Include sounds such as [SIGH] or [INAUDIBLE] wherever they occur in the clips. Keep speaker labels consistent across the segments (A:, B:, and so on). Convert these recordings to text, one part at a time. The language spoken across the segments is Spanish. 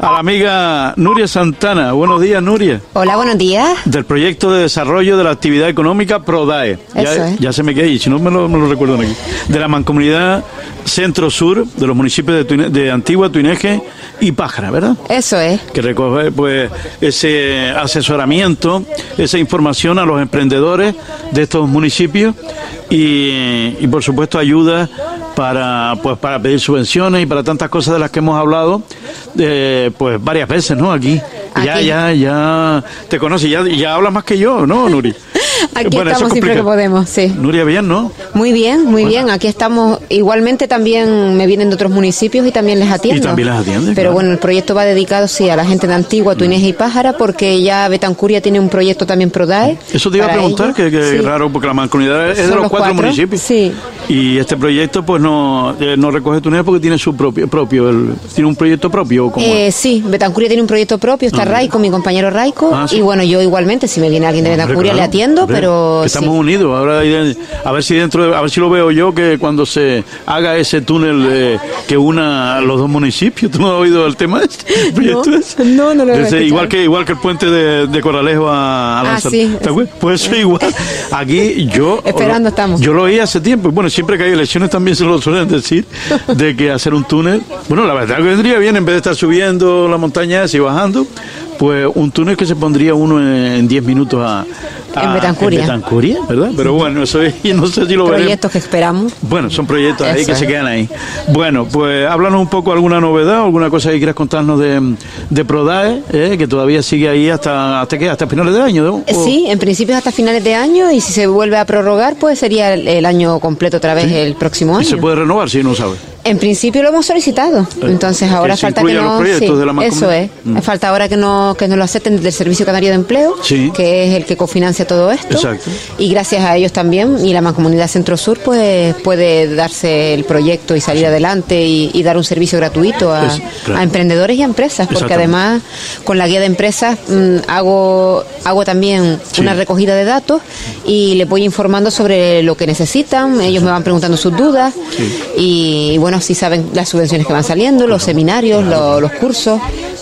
A: a la amiga Nuria Santana. Buenos días, Nuria.
B: Hola, buenos días.
A: Del proyecto de desarrollo de la actividad económica PRODAE. Ya,
B: Eso es.
A: ya se me quedé, y si no me lo, me lo recuerdan aquí. De la mancomunidad Centro-Sur, de los municipios de, Tuine- de Antigua, Tuineje y Pájara, ¿verdad?
B: Eso es.
A: que recoge pues ese asesoramiento, esa información a los emprendedores de estos municipios y, y, por supuesto ayuda para pues para pedir subvenciones y para tantas cosas de las que hemos hablado eh, pues varias veces, ¿no? Aquí. Ya,
B: Aquí.
A: ya, ya te conoces, ya, ya hablas más que yo, ¿no, Nuri?
B: [LAUGHS] Aquí
A: Bueno, eso
B: estamos
A: es
B: siempre que
A: complicado.
B: podemos, sí.
A: Nuria, bien, ¿no?
B: Muy bien, muy bien. Aquí estamos. Igualmente también me vienen de otros municipios y también les atiendo.
A: Y también las atiendes,
B: Pero
A: claro.
B: bueno, el proyecto va dedicado, sí, a la gente de Antigua, Tuinés y Pájara, porque ya Betancuria tiene un proyecto también PRODAE.
A: Eso te iba a
B: para
A: preguntar,
B: ellos.
A: que, que
B: Sí.
A: raro, porque la mancomunidad es de
B: Son
A: los,
B: los
A: cuatro,
B: cuatro,
A: municipios.
B: sí.
A: Y este proyecto, pues no, eh, no recoge Túnez porque tiene su propio, propio el- tiene un proyecto propio. Como
B: Eh, sí, Betancuria tiene un proyecto propio, está Raico, mi compañero Raico,
A: Ah, sí.
B: y bueno, yo igualmente, si me viene alguien de
A: Hombre,
B: Betancuria
A: claro,
B: le atiendo,
A: hombre,
B: pero...
A: que Estamos
B: sí.
A: unidos. Ahora, hay de- a ver si dentro, de- a ver si lo veo yo, que cuando se haga ese túnel eh, que una los dos municipios. [LAUGHS] ¿Tú no has oído el tema este? El proyecto ese?
B: no, no lo he
A: Desde-
B: escuchado. Ah,
A: igual que Igual que el puente de, de Coralejo a, a Lanzarote.
B: sí,
A: ¿Te acuerdas? Pues eso
B: [LAUGHS]
A: igual. Aquí yo...
B: Esperando estamos.
A: Yo lo oí hace tiempo. Bueno, siempre que hay elecciones también se lo suelen decir, de que hacer un túnel... Bueno, la verdad que vendría bien, en vez de estar subiendo la montaña esa y bajando, pues un túnel que se pondría uno en 10 minutos a... a-
B: En Betancuria.
A: en Betancuria, ¿verdad? Pero bueno, eso es- [LAUGHS] y no sé si lo veremos.
B: Proyectos que esperamos.
A: Bueno, son proyectos ahí
B: Eso
A: que
B: es.
A: se quedan ahí. Bueno, pues háblanos un poco alguna novedad, alguna cosa que quieras contarnos de, de Prodae, ¿eh? que todavía sigue ahí hasta hasta qué, hasta finales de año, ¿no? O-
B: Eh, Sí, en principio es hasta finales de año y si se vuelve a prorrogar, pues sería el, el año completo otra vez el próximo
A: Y
B: año.
A: se puede renovar si no sabes.
B: En principio lo hemos solicitado, entonces
A: que
B: ahora
A: se
B: falta que
A: incluyan los
B: no,
A: proyectos de la Mm.
B: eso
A: mancomunidad.
B: es, Eh, falta ahora que no que nos lo acepten desde el Servicio Canario de Empleo,
A: Sí.
B: que es el que cofinancia todo esto,
A: Exacto.
B: y gracias a ellos también y la mancomunidad Centro Sur pues puede darse el proyecto y salir adelante y, y dar un servicio gratuito a,
A: Es- claro.
B: a emprendedores y a empresas, porque
A: Exactamente.
B: además con la guía de empresas mm, hago hago también
A: Sí.
B: una recogida de datos y les voy informando sobre lo que necesitan, ellos me van preguntando sus dudas y, y bueno, si saben las subvenciones que van saliendo, los seminarios, lo- los cursos,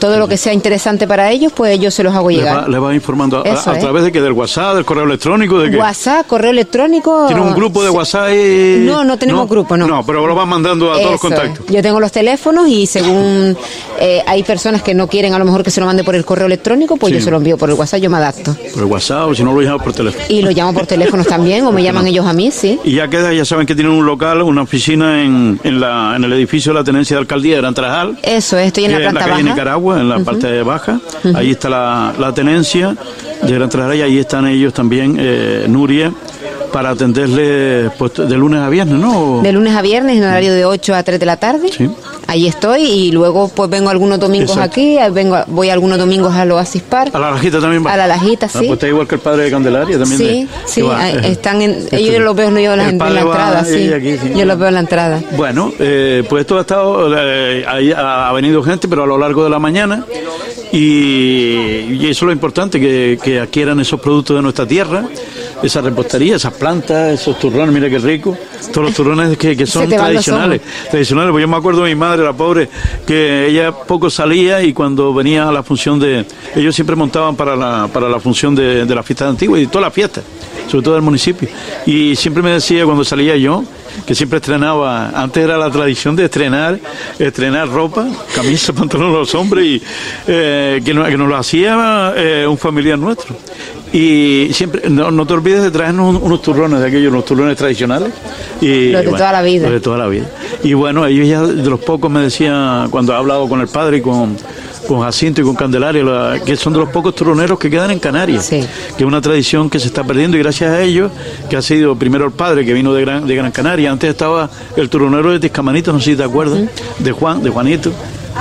B: todo lo que sea interesante para ellos, pues yo se los hago
A: Les va,
B: llegar.
A: les va informando a, a-
B: Eso
A: a
B: es.
A: través de que del WhatsApp, del correo electrónico, de que
B: WhatsApp, correo electrónico.
A: tiene un grupo de
B: sí.
A: WhatsApp. y-
B: No, no tenemos grupo, no.
A: No, pero lo van mandando a todos los
B: Eso
A: contactos.
B: es. Yo tengo los teléfonos y según eh, hay personas que no quieren a lo mejor que se lo mande por el correo electrónico, pues
A: Sí.
B: yo se lo envío por el WhatsApp, yo me adapto.
A: Por el WhatsApp, o si no lo llamas por teléfono.
B: Y lo llamo por teléfono también o me llaman ellos a mí, sí.
A: Y ya queda, ya saben que tienen un local, una oficina en, en, la, en el edificio de la tenencia de alcaldía de Gran Tarajal.
B: Eso, es, estoy en la
A: Eh,
B: planta
A: calle
B: baja.
A: Nicaragua, en la parte baja. Ahí está la, la tenencia de Gran Tarajal y ahí están ellos también, eh, Nuria, para atenderles pues, de lunes a viernes, ¿no?
B: De lunes a viernes en horario de 8 a 3 de la tarde.
A: Mm. Sí.
B: Ahí estoy y luego pues vengo algunos domingos
A: Exacto.
B: aquí, eh, vengo, voy algunos domingos al Oasis Park.
A: A la lajita también va.
B: A La Lajita,
A: Ah,
B: sí.
A: pues está igual que el padre de Candelaria también. de-
B: Sí,
A: que
B: sí,
A: va,
B: ahí
A: eh,
B: están en,
A: esto.
B: ellos los veo no yo en la,
A: El
B: en la
A: padre va,
B: entrada, sí.
A: ella aquí, sí.
B: Yo los veo en la entrada.
A: Bueno, eh, pues esto ha estado, eh, ahí ha, ha venido gente, pero a lo largo de la mañana. Y, y eso es lo importante, que, que adquieran esos productos de nuestra tierra, esa repostería, esas plantas, esos turrones, mira qué rico, todos los turrones que, que son
B: te van los
A: tradicionales. Tradicionales, pues yo me acuerdo de mi madre, la pobre, que ella poco salía y cuando venía a la función de... Ellos siempre montaban para la, para la función de, de la fiesta antigua y todas las fiestas, sobre todo del municipio. Y siempre me decía cuando salía yo, que siempre estrenaba, antes era la tradición de estrenar, estrenar ropa, camisa, [LAUGHS] pantalón a los hombres, y eh, que, nos, que nos lo hacía eh, un familiar nuestro. Y siempre, no, no te olvides de traernos un- unos turrones de aquellos, los turrones tradicionales. Y,
B: Los de toda la vida.
A: los de toda la vida. Y bueno, ellos ya de los pocos me decían, cuando he hablado con el padre y con, con Jacinto y con Candelaria, la- que son de los pocos turroneros que quedan en Canarias,
B: Sí.
A: que es una tradición que se está perdiendo y gracias a ellos, que ha sido primero el padre que vino de Gran, de Gran Canaria, antes estaba el turronero de Tiscamanitos, no sé si te acuerdas, de Juan, de Juanito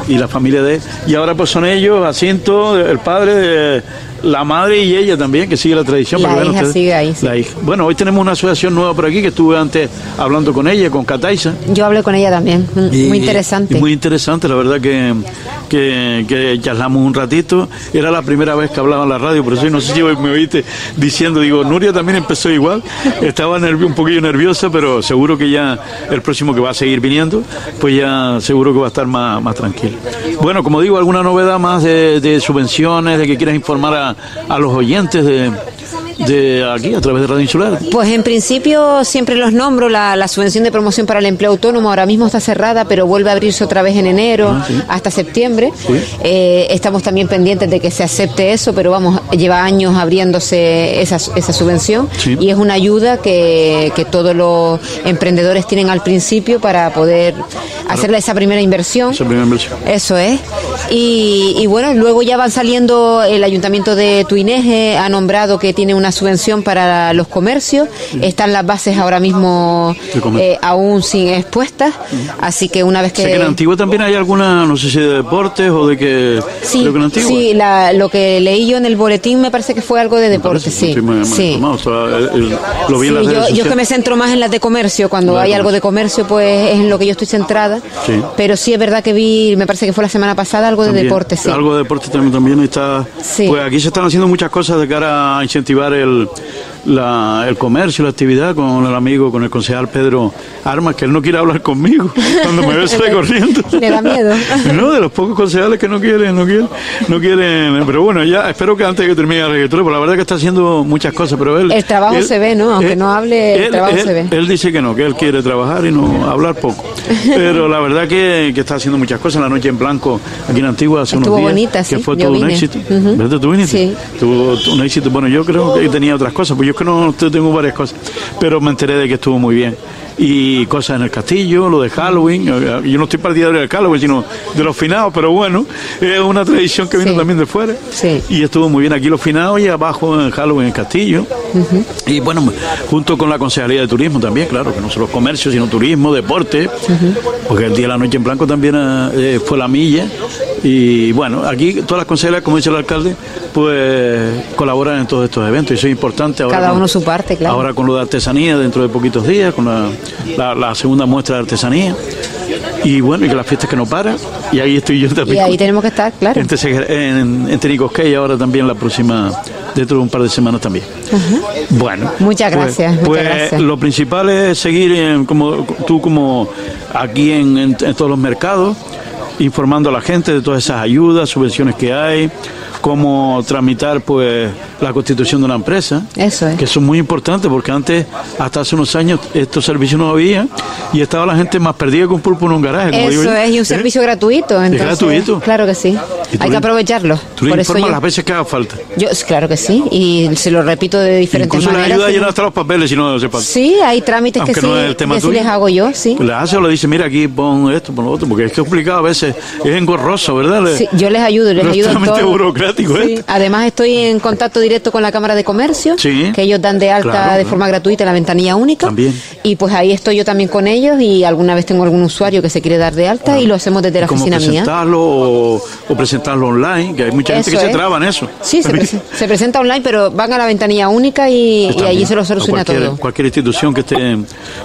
A: y la familia de él. Y ahora pues son ellos, Jacinto, el padre, eh, la madre y ella también, que sigue la tradición.
B: La
A: pero bueno,
B: hija sigue ahí, sí.
A: la hija. Bueno, hoy tenemos una asociación nueva por aquí que estuve antes hablando con ella, con Cataisa.
B: Yo hablé con ella también, mm,
A: Y-
B: muy interesante.
A: y muy interesante, la verdad que, que, que charlamos un ratito. Era la primera vez que hablaba en la radio, por eso yo no sé si me oíste diciendo, digo, Nuria también empezó igual. Estaba nervio, un poquillo nerviosa, pero seguro que ya el próximo que va a seguir viniendo, pues ya seguro que va a estar más, más tranquilo. Bueno, como digo, alguna novedad más de, de subvenciones, de que quieras informar a, a los oyentes de, de aquí, a través de Radio Insular.
B: Pues en principio siempre los nombro, la, la, subvención de promoción para el empleo autónomo ahora mismo está cerrada, pero vuelve a abrirse otra vez en enero ah, sí. hasta septiembre. Sí. Eh, estamos también pendientes de que se acepte eso, pero vamos, lleva años abriéndose esa, esa subvención sí. y es una ayuda que, que, todos los emprendedores tienen al principio para poder claro. hacer esa primera inversión.
A: Esa primera inversión.
B: Eso es. Y, y bueno, luego ya van saliendo, el ayuntamiento de Tuineje ha nombrado que tiene una subvención para los comercios. Están las bases ahora mismo eh, aún sin expuestas. Así que una vez que. O
A: sea, que en Antigua también hay alguna, no sé si de deportes o de que.
B: Sí,
A: que en
B: sí la, lo que leí yo en el boletín me parece que fue algo de deportes, sí.
A: sí, me, me sí. O sea, el, el, lo vi en las
B: yo, yo es que me centro más en las de comercio. Cuando la hay comercio. algo de comercio, pues es en lo que yo estoy centrada. Pero sí es verdad que vi, me parece que fue la semana pasada, algo
A: también,
B: de deportes.
A: Algo de deportes también, también está. Pues aquí se están haciendo muchas cosas de cara a incentivar el, la, el comercio, la actividad con el amigo, con el concejal Pedro Armas, que él no quiere hablar conmigo [LAUGHS] cuando me ves recorriendo.
B: Le da miedo.
A: [LAUGHS] No, de los pocos concejales que no quieren, no quieren, no quieren. Pero bueno, ya espero que antes de que termine la legislatura, porque la verdad es que está haciendo muchas cosas, pero él...
B: El trabajo
A: él,
B: se ve, ¿no? Aunque
A: él,
B: no hable, el
A: él,
B: trabajo se ve.
A: Él dice que no, que él quiere trabajar y no hablar poco.
B: [LAUGHS]
A: Pero la verdad que, que está haciendo muchas cosas. La noche en blanco aquí en Antigua hace
B: Estuvo
A: unos días,
B: bonita, sí.
A: que fue
B: yo
A: todo
B: vine.
A: un éxito. Uh -huh. ¿Verdad? ¿Tú viniste?
B: Sí.
A: Tuvo un éxito. Bueno, yo creo que tenía otras cosas, pues yo es que no tengo varias cosas, pero me enteré de que estuvo muy bien y cosas en el castillo, lo de Halloween. Yo no estoy partidario del Halloween, sino de los finados, pero bueno, es una tradición que vino sí. también de fuera.
B: Sí.
A: Y estuvo muy bien aquí los finados y abajo en Halloween en el castillo. Uh -huh. Y bueno, junto con la Concejalía de Turismo también, claro, que no solo comercio, sino turismo, deporte, uh -huh. porque el día de la noche en blanco también eh, fue la milla. Y bueno, aquí todas las consejerías, como dice el alcalde, pues colaboran en todos estos eventos y eso es importante. Ahora
B: Cada uno
A: con,
B: su parte, claro.
A: Ahora con lo de artesanía dentro de poquitos días, con la la, la, segunda muestra de artesanía. Y bueno, y que las fiestas que no paran. Y ahí estoy yo también.
B: Y ahí tenemos que estar, claro.
A: En, en, en Tenicosque, ahora también la próxima, dentro de un par de semanas también.
B: Ajá.
A: Bueno.
B: Muchas gracias.
A: Pues,
B: muchas gracias.
A: lo principal es seguir en, como tú como aquí en, en todos los mercados, informando a la gente de todas esas ayudas, subvenciones que hay cómo tramitar pues la constitución de una empresa,
B: Eso es.
A: que son muy importantes porque antes, hasta hace unos años, estos servicios no había y estaba la gente más perdida que un pulpo en un garaje. Como
B: eso
A: digo yo.
B: es, y un ¿Eh? servicio gratuito. Entonces,
A: es gratuito.
B: Claro que sí. Hay le, que aprovecharlo.
A: Tú le informas yo, las veces que haga falta.
B: Yo, claro que sí, y se lo repito de diferentes
A: Incluso
B: maneras.
A: Incluso la ayuda llena hasta los papeles si no se falta.
B: Sí, hay trámites
A: Aunque
B: que,
A: no
B: sí,
A: es el tema
B: que sí
A: tuyo.
B: les hago yo, sí.
A: Le hace o le dice, mira aquí pon esto, pon lo otro, porque es que es complicado a veces, es engorroso, ¿verdad? Le,
B: sí, yo les ayudo, les ayudo en todo.
A: burocrático
B: sí.
A: este.
B: Además estoy en contacto directo con la Cámara de Comercio,
A: Sí.
B: que ellos dan de alta
A: Claro,
B: de
A: claro.
B: forma gratuita en la ventanilla única.
A: También.
B: Y pues ahí estoy yo también con ellos y alguna vez tengo algún usuario que se quiere dar de alta y lo hacemos desde la
A: Como
B: oficina mía.
A: presentarlo o, o presentarlo online, que hay mucha gente
B: Eso
A: que
B: es.
A: se traba en eso.
B: Sí, se, prese- se presenta online, pero van a la ventanilla única y, y
A: Está
B: allí
A: bien.
B: se lo soluciona
A: cualquier,
B: todo.
A: Cualquier institución que esté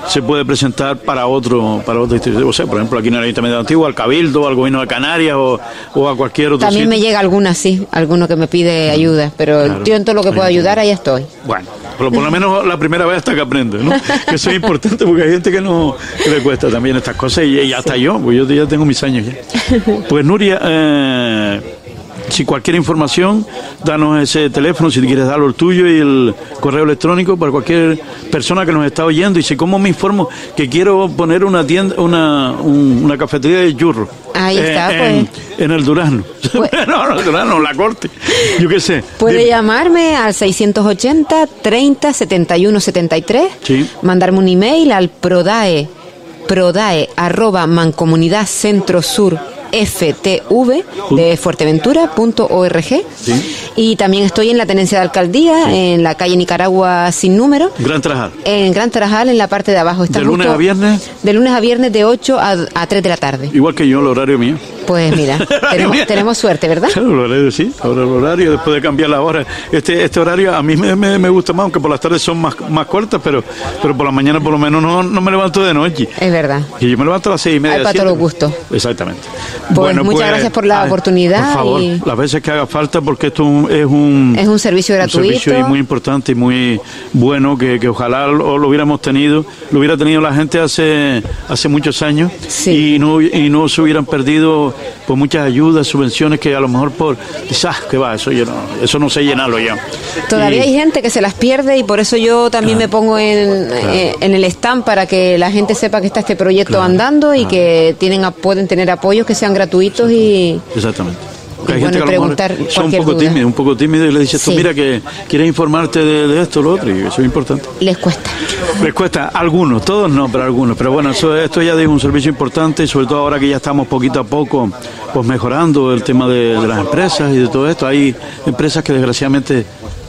A: se puede presentar para otro para otra institución. O sea, por ejemplo, aquí en el Ayuntamiento de Antigua, al Cabildo, al Gobierno de Canarias o, o a cualquier otro
B: También me
A: sitio.
B: llega alguna, sí, alguno que me pide ayuda, pero
A: Claro.
B: yo en todo lo que pueda
A: Ahí
B: ayudar, ahí estoy.
A: Bueno, pero por lo menos la primera vez hasta que aprende,
B: [LAUGHS]
A: ¿no? Que eso es importante porque hay gente que no que le cuesta también estas cosas y, y hasta yo, pues yo ya tengo mis años ya.
B: [LAUGHS]
A: Pues Nuria, eh, si cualquier información, danos ese teléfono, si quieres darlo el tuyo y el correo electrónico para cualquier persona que nos está oyendo. Y si cómo me informo que quiero poner una tienda, una, un- una cafetería de churros.
B: Ahí
A: Eh,
B: está, pues.
A: en, en el [LAUGHS] Durano. no, no, el Durano, la corte. Yo qué sé.
B: Puede
A: Dime.
B: llamarme al 680 30 71 73,
A: Sí.
B: mandarme un email al prodae, prodae arroba mancomunidad centro sur ftv de fuerteventura.org
A: Sí.
B: y también estoy en la tenencia de alcaldía en la calle Nicaragua sin número
A: Gran trabajar.
B: en Gran Tarajal en la parte de abajo está
A: ¿De lunes
B: justo-
A: a viernes?
B: de lunes a viernes de 8 a, a 3 de la tarde
A: Igual que yo, el horario mío.
B: pues
A: [LAUGHS]
B: mira tenemos, tenemos suerte ¿verdad?
A: Claro, el horario sí, ahora el horario, después de cambiar la hora. Este, este horario a mí me, me- me gusta más, aunque por las tardes son más, más cortas, pero, pero por la mañana por lo menos no, no me levanto de noche.
B: es verdad
A: Y yo me levanto a las seis y media.
B: Hay para
A: siete.
B: todos los gustos.
A: Exactamente.
B: Pues muchas gracias por la
A: ay,
B: oportunidad
A: Por favor,
B: y-
A: las veces que haga falta, porque esto es un,
B: Es un servicio gratuito.
A: servicio y muy importante y muy bueno que, que ojalá lo, lo hubiéramos tenido, lo hubiera tenido la gente hace hace muchos años
B: Sí.
A: y no hubi- y no se hubieran perdido por muchas ayudas, subvenciones que a lo mejor por quizás que va, eso yo no, eso no sé llenarlo ya.
B: Todavía
A: Y-
B: hay gente que se las pierde y por eso yo también me pongo en, eh, en el stand para que la gente sepa que está este proyecto andando y que tienen a- pueden tener apoyos que sean gratuitos y
A: Exactamente. Porque
B: Y bueno,
A: a lo mejor
B: preguntar
A: son un
B: cualquier
A: poco
B: duda.
A: tímidos, un poco tímidos y le dices tú,
B: Sí.
A: mira que quieres informarte de, de esto, lo otro, y eso es importante.
B: les cuesta.
A: Les cuesta algunos, todos no, pero algunos. Pero bueno, eso- esto ya es un servicio importante y sobre todo ahora que ya estamos poquito a poco pues mejorando el tema de, de las empresas y de todo esto. Hay empresas que desgraciadamente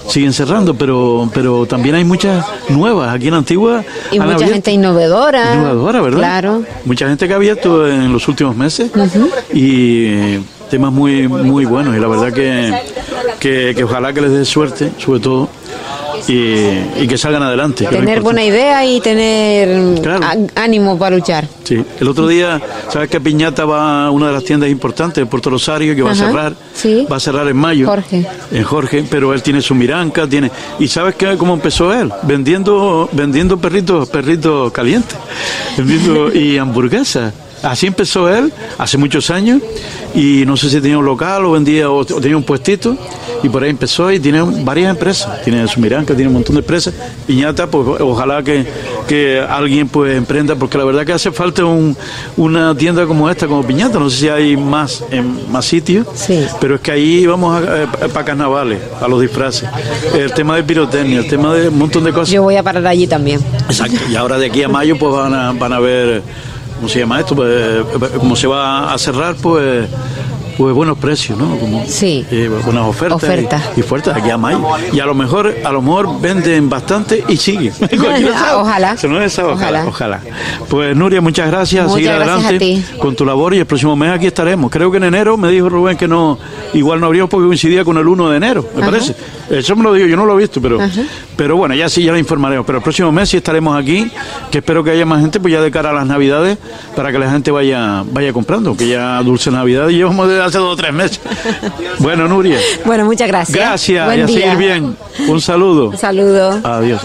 A: siguen cerrando, pero pero también hay muchas nuevas. Aquí en Antigua
B: Y
A: han
B: mucha
A: abierto-
B: gente innovadora.
A: innovadora, ¿verdad?
B: Claro.
A: Mucha gente que ha abierto en los últimos meses y temas muy muy buenos y la verdad que, que, que ojalá que les dé suerte, sobre todo, y, y que salgan adelante. que es lo
B: Tener buena
A: importante.
B: idea y tener
A: Claro.
B: á- ánimo para luchar.
A: Sí, el otro día, ¿sabes que Piñata va a una de las tiendas importantes de Puerto Rosario que va
B: Ajá,
A: a cerrar?
B: sí.
A: Va a cerrar en mayo.
B: Jorge.
A: En Jorge, pero él tiene su miranca, tiene... ¿Y sabes qué, cómo empezó él? Vendiendo vendiendo perritos perritos calientes vendiendo y hamburguesas. Así empezó él hace muchos años y no sé si tenía un local o vendía o, o tenía un puestito y por ahí empezó y tiene varias empresas, tiene su miranca, tiene un montón de empresas. Piñata, pues ojalá que, que alguien pues emprenda porque la verdad que hace falta un- una tienda como esta, como Piñata, no sé si hay más en más sitios,
B: Sí.
A: pero es que ahí vamos a, para carnavales, a los disfraces, el tema de pirotecnia, el tema de un montón de cosas.
B: Yo voy a parar allí también.
A: Exacto. Y ahora de aquí a mayo pues van a, van a ver, ¿cómo se llama esto? Pues, como se va a cerrar, pues pues buenos precios, ¿no? Como,
B: Sí.
A: eh, buenas ofertas.
B: Ofertas.
A: Y, y fuertes de aquí a mayo. Y a lo mejor, a lo mejor venden bastante y [LAUGHS] siguen. Cualquiera sabe.
B: Ojalá.
A: Eso no es esa, ojalá,
B: Ojalá.
A: ojalá. Pues Nuria, muchas gracias.
B: Muchas
A: Seguir
B: gracias a
A: adelante
B: ti.
A: con tu labor y el próximo mes aquí estaremos. Creo que en enero me dijo Rubén que no, igual no abrimos porque coincidía con el 1 de enero, me
B: Ajá.
A: parece. Eso me lo digo, yo no lo he visto, pero
B: Ajá.
A: pero bueno, ya sí, ya lo informaremos. Pero el próximo mes sí estaremos aquí, que espero que haya más gente, pues ya de cara a las navidades, para que la gente vaya vaya comprando, que ya dulce navidad y llevamos desde hace dos o tres
B: [LAUGHS]
A: meses. Bueno, Nuria,
B: Bueno, muchas gracias.
A: gracias
B: Buen
A: y a
B: día.
A: seguir bien. Un saludo.
B: Un saludo.
A: Adiós.